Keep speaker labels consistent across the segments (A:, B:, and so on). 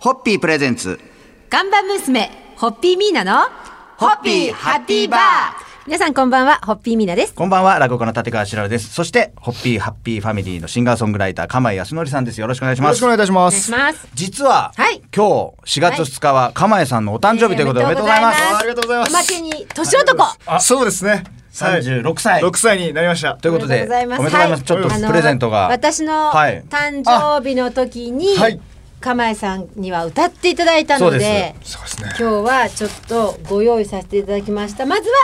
A: ホッピープレゼンツ。
B: ガンバ娘、ホッピーミーナの、
A: ホッピーハッピーバー
B: 皆さんこんばんは、ホッピーミーナです。
A: こんばんは、落語家の立川しらるです。そして、ホッピーハッピーファミリーのシンガーソングライター、釜井康則さんです。よろしくお願いし
C: よ
A: ま
C: ろし
A: す。
C: くお願いいたし
B: お
C: ま
B: 願いし
C: す。
B: ます。
A: 実は、
B: はい
A: 今日4月2日は釜井さんのお誕生日ということでおめでとうございます。
C: ありがとうございます
B: おまけに、年男。
C: あ、そうですね。はい
A: 36歳
C: 6歳になりました。
A: ということで、おめでとうございます。ちょっと
B: あの
A: プレゼントが。
B: 私の
A: はい
B: 誕生日の時に、
C: あはい
B: 釜井さんには歌っていただいたので
A: そうで
C: そうですね。
B: 今日はちょっとご用意させていただきましたまずは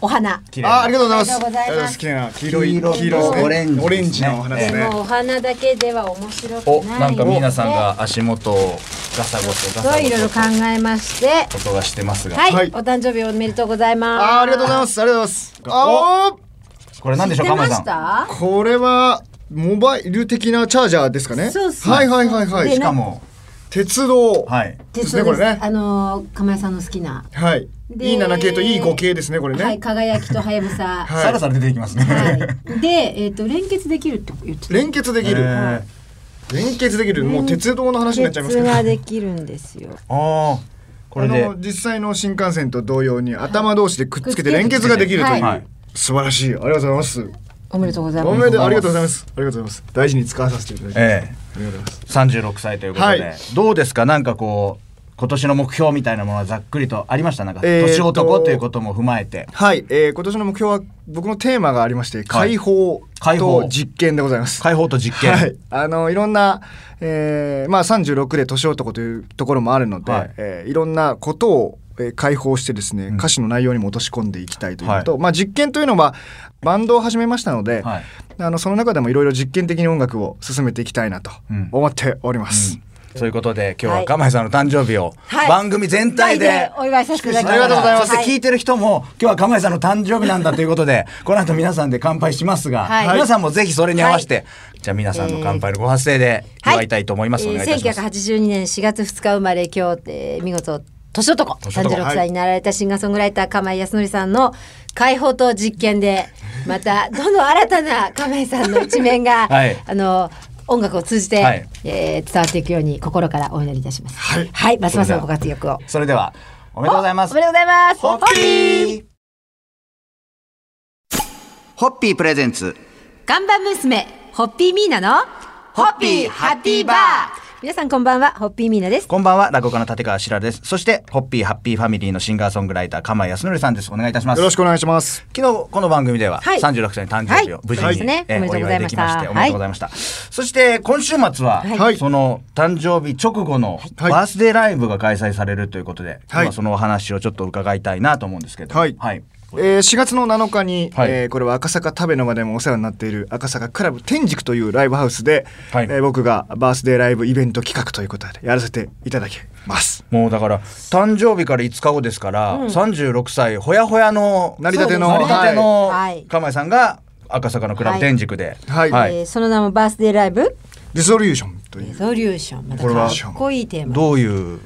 B: お花
A: 綺麗な
C: あ、ありがとうございます。
B: ありがとうございます
C: 好きな黄色い
A: 黄色と
C: 黄色ですね。
A: オレンジですね
C: オレンジのお花です
B: で
C: ね。
B: もお花だけでは面白くない
A: お、
B: ので
A: なんか皆さんが足元をガサゴソガサゴ
B: そういろいろ考
A: ソ
B: えまして
A: 音がしてますが、
B: はい、
C: はい
B: お誕生日おめでとうございます
C: あ、ありがとうございます。ありがとうございます。あ
A: これなんでし
B: 知
A: ょ
B: っ
A: う、
B: てま
A: 釜井さ
B: し
A: ん。
B: た
C: お、これはモバイル的なチャージャーですかね。
B: そうそう
C: はいはいはいは
B: で
C: い
A: し。かも、
C: 鉄道。
A: はい。
B: 鉄
C: ですね
B: 道
C: こ
B: で
C: れ
B: す
C: ね
B: あのー釜井さんの好きな、
C: はい。
B: で
C: E7 系と E5 系ですねこれ
B: は
C: ね
B: い。輝きとはやぶさ
C: はい
A: さらさら出てきますね。
B: はいでえっ、と連結できるって言ってた
C: 連結できる。
A: えー
C: 連結できる。もう鉄道の話になっちゃいますけど。
B: ができるんですよ。
A: ああ、こ
C: あ
A: れで
C: の。実際の新幹線と同様に頭同士でくっつけて連結ができるという、
A: はい
C: 素晴らしいありがとうございます
B: おめでとうござい
C: お
B: ま
C: め
B: す。
C: でとうありがとうございますありがとうございます大事に使わさせていただきます、
A: ええ
C: ありがとうございます
A: 36歳ということで、
C: はい
A: どうですかなんかこう今年の目標みたいなものはざっくりとありましたなんか、
C: えーと
A: 年男ということも踏まえて
C: はい、えー、今年の目標は僕のテーマがありまして解放
A: 解放
C: と実験でございます
A: 解放と実験、
C: はい、あのいろんな、えーまあ、36で年男というところもあるので、
A: はい
C: いえーいろんなことを、えー解放してですね、歌詞の内容にも落とし込んでいきたいというのと、まあ、実験というのはバンドを始めましたので、
A: はい
C: あのその中でもいろいろ実験的に音楽を進めていきたいなと
A: うん
C: 思っております。
A: ということで今日
B: は
A: はい釜井さんの誕生日を
B: はい
A: 番組全体で
B: 全体でお祝いさせていただき
C: ますありがとうございます
A: そして聞いてる人も今日は釜井さんの誕生日なんだということでこの後皆さんで乾杯しますが、
B: はい
A: 皆さんもぜひそれに合わせて、じゃあ皆さんの乾杯のご発声で祝いたいと思います、お願いいたします、
B: 1982年4月2日生まれ今日、えー見事年男
A: 年男
B: 36歳になられたシンガーソングライター釜井康則さんの解放と実験でまたどの新たな釜井さんの一面が、
A: はい
B: あの音楽を通じて、
A: はい
B: えー伝わっていくように心からお祈りいたします。はい、ますますのご活躍を。お
A: それではおめでとうございます
B: おめでとうございます。
A: ホッピーホッピープレゼンツ
B: ガンバ娘、ホッピーミーナの、
A: ホッピーハッピーバー
B: 皆さんこんばんは、ホッピーミーナです。
A: こんばんは、落語家の立川しらるです。そして、ホッピーハッピーファミリーのシンガーソングライター、釜井康則さんです。お願いいたします。
C: よろしくお願いします。
A: 昨日、この番組では、
B: はい
A: 36歳の誕生日を無事に、
B: はいそうですね
A: えー
B: おめで
A: お
B: とうご
A: 祝
B: ざ
A: いで
B: いま
A: き
B: し
A: ましたて、おめでとうございました。そして、今週末は、
C: はい
A: その誕生日直後の
C: はい
A: バースデーライブが開催されるということで、今日はそのお話をちょっと伺いたいなと思うんですけど、
C: はいえー、4月の7日に、
A: はい
C: えーこれは赤坂食べのまでもお世話になっている赤坂クラブ天竺というライブハウスで、
A: はい
C: えー僕がバースデーライブイベント企画ということでやらせていただきます。
A: もうだから誕生日から5日後ですから、36歳ほやほやの
C: 成り立ての
A: 成り立ての
B: はい
A: 釜井さんが赤坂のクラブ天竺で、
C: はい、
A: はい
B: えーその名もバースデーライブ、
C: リソリューションとい
B: レ
C: う
B: ゾリューション。また
C: これ
B: か
C: は
B: っこいいテーマ。
A: どういう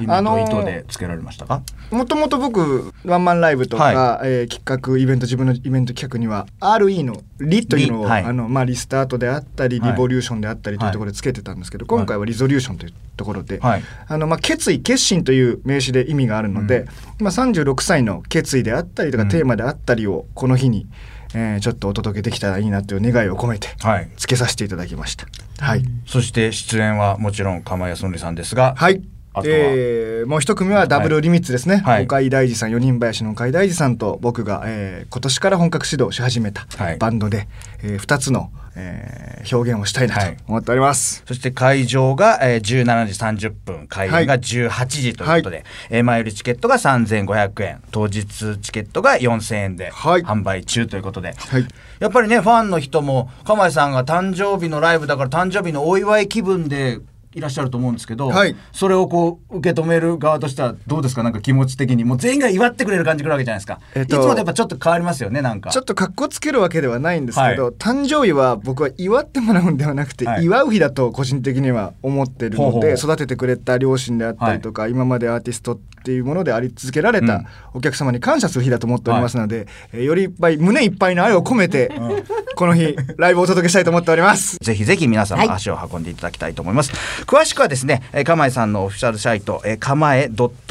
A: 意味
C: あ
A: と
C: の
A: 意
C: ー
A: 図でつけられましたか、
C: もともと僕ワンマンライブとか、
A: は
C: えー企画イベント自分のイベント企画には RE の「リ」というのを、
A: リはい
C: あのまあ、リスタートであったり
A: はい
C: リボリューションであったりというところでつけてたんですけど、今回はリゾリューションというところで、
A: はい
C: あのまあ、決意決心という名詞で意味があるので、まあ、36歳の決意であったりとか、
A: うん
C: テーマであったりをこの日に、えーちょっとお届けできたらいいなという願いを込めて
A: はい、
C: つけさせていただきました。はい、
A: そして出演はもちろん釜井康則さんですが、
C: はい。
A: あとは
C: えーもう一組はダブルリミッツですね。
A: はい
C: 岡井大二さん、四人林の岡井大二さんと僕が、えー今年から本格指導し始めた
A: はい
C: バンドで、えー二つの、えー表現をしたいな
A: はい
C: と思っております。
A: そして会場が、えー、17時30分開演が
C: はい
A: 18時ということで、えー前売りチケットが3500円当日チケットが4000円で
C: はい
A: 販売中ということで、
C: はい
A: やっぱりねファンの人も釜井さんが誕生日のライブだから誕生日のお祝い気分でいらっしゃると思うんですけど、
C: はい
A: それをこう受け止める側としてはどうですかなんか気持ち的にもう全員が祝ってくれる感じくるわけじゃないですか、
C: えっと
A: いつもとやっぱちょっと変わりますよねなんか
C: ちょっと格好つけるわけではないんですけど、
A: はい
C: 誕生日は僕は祝ってもらうんではなくて、
A: はい
C: 祝う日だと個人的には思ってるので
A: ほうほうほう
C: 育ててくれた両親であったりとか、今までアーティストっていうものであり続けられ
A: う
C: た
A: ん
C: お客様に感謝する日だと思っておりますので、えーよりいっぱい胸いっぱいの愛を込めて、 この日ライブをお届けしたいと思っております。
A: ぜひぜひ皆さん
B: はい
A: も足を運んでいただきたいと思います。詳しくはですね、えー、かまえさんのオフィシャルサイト、えー、かまえ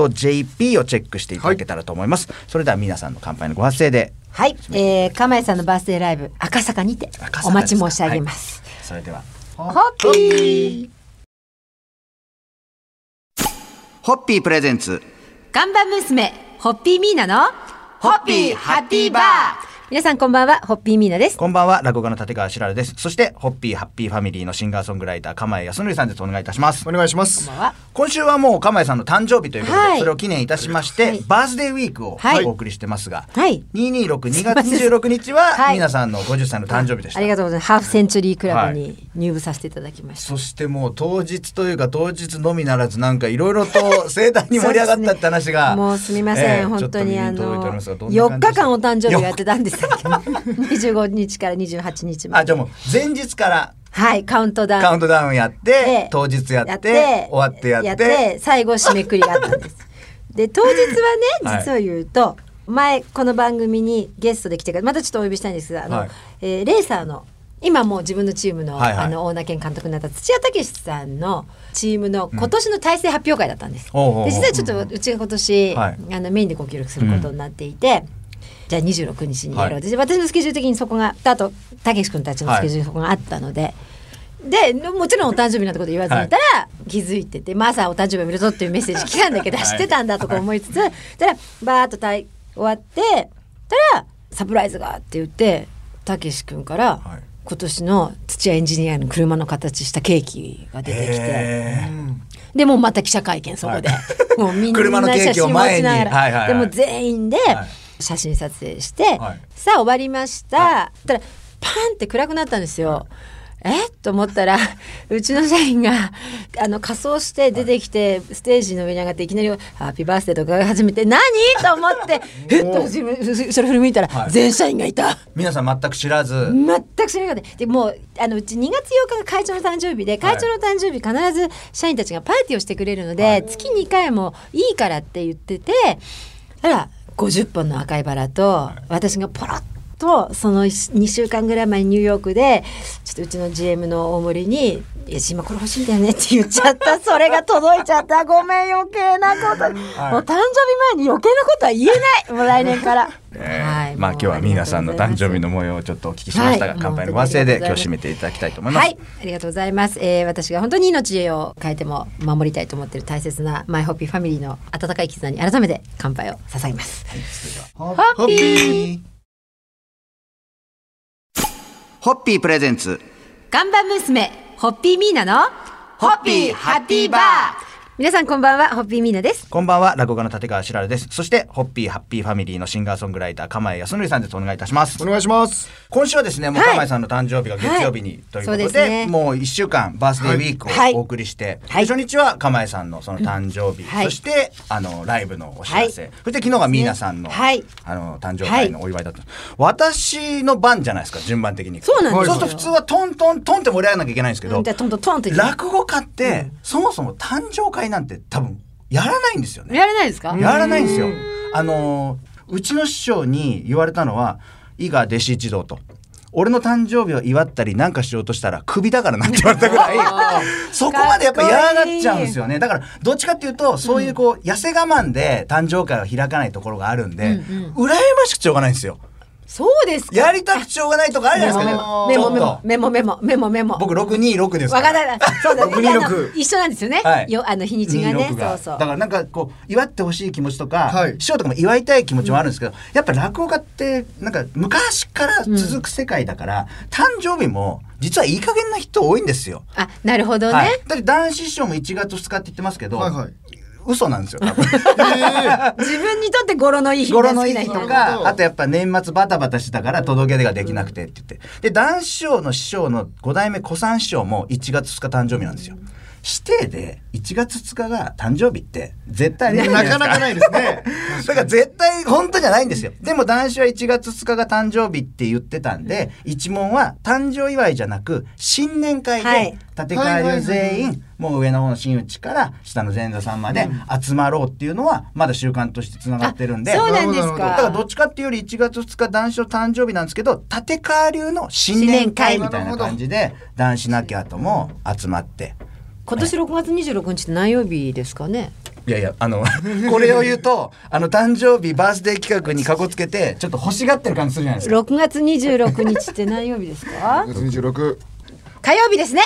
A: .jp をチェックしていただけたらと思います。それでは皆さんの乾杯のご発声で
B: はい、えー、釜井さんのバースデーライブ赤坂にて
A: 赤坂ですか
B: お待ち申し上げます。
A: それでは
B: ホッピー
A: ホッピープレゼンツ
B: 看板娘ホッピーミーナの
A: ホッピーハッピーバー
B: 皆さんこんばんはホッピーミーナです。
A: こんばんは落語家の立川しらるですそしてホッピーハッピーファミリーのシンガーソングライター釜江康則さんですお願いいたします
C: お願いします
B: こんばんは。
A: 今週はもう釜江さんの誕生日ということで、
B: はい
A: それを記念いたしまして、
B: はい
A: バースデーウィークを
B: はい
A: お送りしてますが、
B: はい
A: 2262月26日は、
B: はい
A: 皆さんの50歳の誕生日でした、
B: ありがとうございます。ハーフセンチュリークラブに入部させていただきました。
A: そしてもう当日というか当日のみならずなんかいろいろと盛大に盛り上がったって話 が、
B: もうすみません、
A: ええ
B: 本当に
A: ち
B: あ
A: ょっと耳に届いており
B: の
A: ますがどんな感
B: 4
A: じで
B: 日
A: した
B: 間お誕生日をやってたんです けど25日から28日ま
A: あじ
B: で
A: ゃあもう前日から
B: はいカウントダウン
A: カウントダウンやって、
B: ええ
A: 当日やって終わってやって
B: 最後締めくりがあったんです で当日は
A: は
B: ね
A: い
B: 実を言うと、前この番組にゲストで来てからまたちょっとお呼びしたいんですがあの、
A: はい
B: えーレーサーの今もう自分のチームの,、
A: はいはい
B: あの大名健監督になった土屋武さんのチームの今年の体制発表会だったんです。
A: ほうほうほう
B: で実はちょっとうちが今年、
A: はい
B: あのメインでご協力することになっていて、じゃあ26日にやろうで、で私のスケジュール的にそこがあと武志君たちのスケジュールそこがあったので。でもちろんお誕生日なんてこと言わずにいたら気づいてて「まあ朝お誕生日おめでとう」っていうメッセージ来たんだけど
A: はい
B: 知ってたんだとか思いつつそしたらバーッとたい終わってたら「サプライズが」って言ってたけし君から
A: はい
B: 今年の土屋エンジニアの車の形したケーキが出てきて。
A: へー
B: でもうまた記者会見そこで、
A: は
B: もうみんな
A: 車のケーキを前に
B: みんな写真持ちながら
A: はいはいはい
B: でもう全員で
A: は
B: 写真撮影して、
A: はい
B: さあ終わりました、たらパンって暗くなったんですよ。えと思ったら うちの社員があの仮装して出てきて、ステージの上に上がっていきなり「ハッピーバースデー」とかが始めて「何?」と 思ってふっと自分それ振り向いたら、
A: はい
B: 全社員がいた。
A: 皆さん全く知らず
B: 全く知らなかったでもうあのうち2月8日が会長の誕生日で会長の誕生日必ず社員たちがパーティーをしてくれるので、月2回もいいからって言っててあら50本の赤いバラと私がポロッとその2週間ぐらい前にニューヨークでちょっとうちの GM の大森に「いや今これ欲しいんだよね」って言っちゃっ たそれが届いちゃったごめん余計なこと、もう誕生日前に余計なことは言えないもう来年 から。はい
A: まあ今
B: もう
A: 日は皆さんの誕生日
B: ありがと
A: の
B: うございます
A: 模様をちょっとお聞きしましたが、
B: はい
A: 乾杯のご発声で
B: もう本当にあ
A: 今日締め
B: りがとうございます
A: ていただきたいと思います。
B: はい、ありがとうございます。えー、私が本当に命を変えても守りたいと思っている大切なマイホッピーファミリーの温かい絆に改めて乾杯を捧げます。
A: ホ
B: ッピ
A: ーホッピープレゼンツ
B: 看板娘ホッピーミーナの
A: ホッピーハッピーバー
B: 皆さんこんばんはホッピーミーナです。
A: こんばんは落語家の立川しらるですそしてホッピーハッピーファミリーのシンガーソングライター釜江康則さんですお願いいたします
C: お願いします
A: 今週はですねもう
B: はい
A: 釜井さんの誕生日が月曜日に、ということ
B: そうで
A: で,、
B: すね
A: もう1週間バースデーウィーク
B: はい
A: をお送りして、
B: はい
A: で初日は釜井さんのその誕生日、
B: うんはい
A: そしてあのライブのお知らせ、
B: はい
A: そして昨日がミーナさんの,、
B: はい
A: あの誕生会のお祝いだった、私の番じゃないですか順番的に
B: そうなんですよ
A: そうすると普通はトントントンって盛り上げなきゃいけないんですけど、
B: じゃあトントントンと行きます
A: 落語家って、そもそも誕生会なんて多分やらないんですよね。
B: やれないですか？
A: やらないんですよ。あのーうちの師匠に言われたのは「伊賀弟子一同」と。俺の誕生日を祝ったりなんかしようとしたらクビだからなって言われたぐらい そこまでやっぱ嫌がっちゃうんですよねだからどっちかっていうとそういうこう痩せ我慢で誕生会を開かないところがあるんで、羨ましくてしょうがないんですよ
B: そうですか。
A: やりたくてしょうがないとかあるじゃないですか、
B: メ
A: ちょ
B: モ
A: っ
B: メ
A: と
B: モメモメモメモメモ。
A: 僕626です
B: わ
A: から
B: からない。そうだね。
C: 626
B: あの一緒なんですよね。
A: はい
B: よあの日にちがね。
A: 26が
B: そうそ
A: だ
B: う。
A: からなんかこう祝ってほしい気持ちとか、
C: はい
A: 師匠とかも祝いたい気持ちもあるんですけど、やっぱ落語家ってなんか昔から続く世界だから、誕生日も実はいい加減な人多いんですよ。
B: あなるほどね。
A: はい、だって男子師匠も1月2日って言ってますけど、
C: はいはい
A: 嘘なんですよ 多分
B: 自分にとって語呂のいい日
A: 語呂
B: が好
A: のい
B: き
A: い
B: な
A: 日
B: 人
A: と
B: が。
C: なるほ
A: か
C: ど
A: あとやっぱ年末バタバタしてたから届け出ができなくてって言ってで男子師匠の師匠の5代目小三師匠も1月2日誕生日なんですよ。指定で1月2日が誕生日って絶対
C: な
A: ね
C: かなかないです ね
A: だから絶対本当じゃないんですよ。でも男子は1月2日が誕生日って言ってたんで、一問は誕生祝いじゃなく新年会
B: は
A: で
B: い
A: 建て替える全員、もう上の方の新内から下の前座さんまで集まろうっていうのはまだ習慣としてつながってるんで。
B: そうなんですか
C: なるほど。
A: だからどっちかっていうより1月2日男子の誕生日なんですけど立川流の新年会みたいな感じで男子なきゃとも集まって
B: 今年6月26日って何曜日ですかね。
A: いやいやあの これを言うとあの誕生日バースデー企画にかこつけてちょっと欲しがってる感じするじゃないですか
B: 6月26日って何曜日ですか
C: 二十六。
B: 火曜日ですね。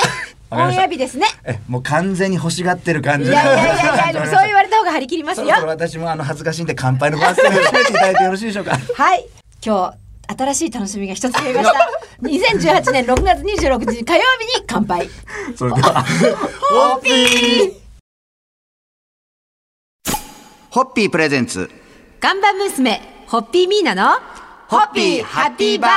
B: オ
A: わかりま
B: ン
A: し
B: エ
A: た
B: ア日ですね。
A: えもう完全に欲しがってる感
B: い
A: じ
B: やいやいや いや、でもそう言われた方が張り切ります
A: そ ろ。
B: よ
A: そろ私もあの恥ずかしいんで乾杯のご発声を締めていただいてよろしいでしょうか
B: はい、今日新しい楽しみが一つ増え ました。2018年6月26日火曜日に乾杯。
A: それでは ホッピーホッピープレゼンツ
B: ガンバ娘、ホッピーミーナの、ホッピーハッピーバー。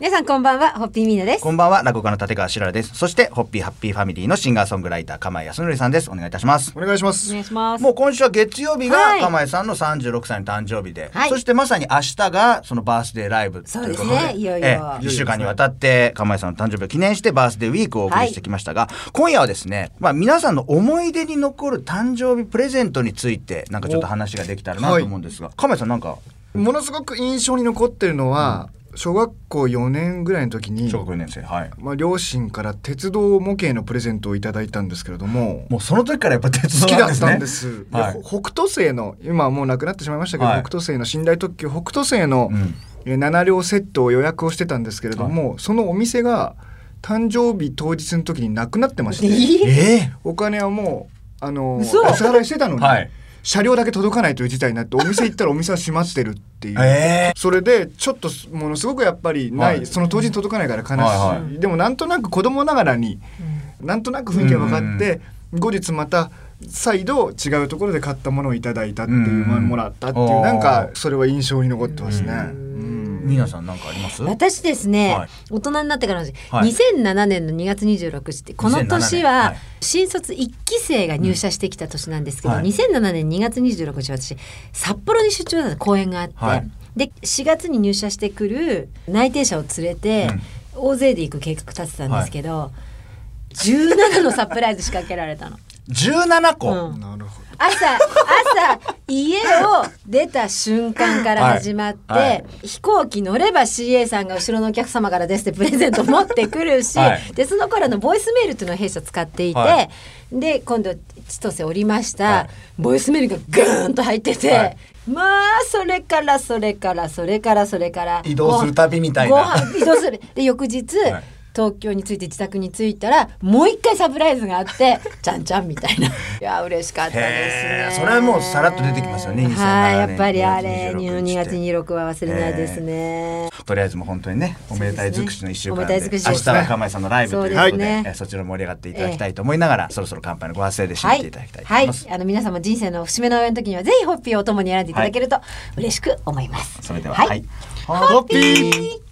B: 皆さんこんばんは、ホッピーミーナです。
A: こんばんは落語家の立川しららですそしてホッピーハッピーファミリーのシンガーソングライター釜井康則さんですお願いいたします
C: お願いしま
B: お
C: す。
B: 願いします。
A: もう今週は月曜日
B: は
A: が
B: い
A: 釜井さんの36歳の誕生日で、
B: はい
A: そしてまさに明日がそのバースデーライブと
B: そう
A: い
B: で
A: う
B: す
A: こ
B: ね
A: とで
B: いよいよ
A: 1週間にわたって釜井さんの誕生日を記念してバースデーウィークをお送りしてきましたが、今夜はですね、まあ、皆さんの思い出に残る誕生日プレゼントについてなんかちょっと話ができたらなと思うんですが、釜井さんなんか
C: ものすごく印象に残ってるのは、小学校四年ぐらいの時に
A: 小。学4年生はい。
C: まあ、両親から鉄道模型のプレゼントをいただいたんですけれども。
A: もう その時からやっぱ鉄道
C: 好き
A: な
C: だ
A: んで
C: っ
A: すね。
C: たんです。で
A: はい
C: ほ北斗星の今はもうなくなってしまいましたけど、
A: はい
C: 北斗星の寝台特急北斗星の
A: うん
C: えー7両セットを予約をしてたんですけれども、そのお店が誕生日当日の時になくなってまして、
A: え
C: お金はもうあのお支
B: 嘘
C: 払いしてたの
A: ー
C: に、
A: はい。
C: 車両だけ届かないという事態になってお店行ったらお店は閉まってるっていう。
A: え
C: それでちょっとものすごくやっぱりない、
A: はい
C: その当時届かないから悲しい、
A: はいは
C: でもなんとなく子供ながらに、なんとなく雰囲気が分かって、後日また再度違うところで買ったものをいただいたっていう、
A: うん
C: まあもらったっていう
A: おー
C: なんかそれは印象に残ってますね。
A: ー、皆さんなんかあります？
B: 私ですね、
A: はい
B: 大人になってからの話、
A: はい
B: 2007年の2月26日ってこの年は、
A: 2007年はい
B: 新卒1期生が入社してきた年なんですけど、
A: うんはい
B: 2007年2月26日私札幌に出張だった公演があって、
A: はい
B: で4月に入社してくる内定者を連れて、大勢で行く計画立てたんですけど、17のサプライズ仕掛けられたの。
A: 17個。
B: うん
C: なるほど
B: 朝朝家を出た瞬間から始まって、
A: はいはい
B: 飛行機乗れば CA さんが後ろのお客様からですって プレゼント持ってくるし、
A: はい
B: でその頃のボイスメールっていうのを弊社使っていて、
A: は
B: で今度千歳降りました、
A: はい
B: ボイスメールがガーンと入ってて、
A: はい
B: まあそれからそれからそれからそれから
A: 移動する旅みたいな
B: ご飯移動するで翌日、
A: はい
B: 東京に着いて自宅に着いたらもう一回サプライズがあって ちゃんちゃんみたいないや嬉しかったですね
A: へーそれはもうさらっと出てきますよね2007
B: はいやっぱりあ
A: 26
B: れ
A: 日って
B: 2月26は忘れないですね
A: とりあえずもう本当にねおめでたい尽くしの一週間で
B: おめでたい尽くし
A: 明
B: です
A: 日は釜井さんのライブということ
B: そう
A: で
B: ですね
A: えーそちらも盛り上がっていただきたいと思いながら、そろそろ乾杯のご発声で締
B: は
A: めてい
B: い
A: ただきたいと
B: は
A: 思い
B: い
A: ます、
B: あの皆様人生の節目の応援の時にはぜひホッピーをお供に選んでいただけると嬉しく思います
A: それでは
B: はい
A: はい
B: ホッピー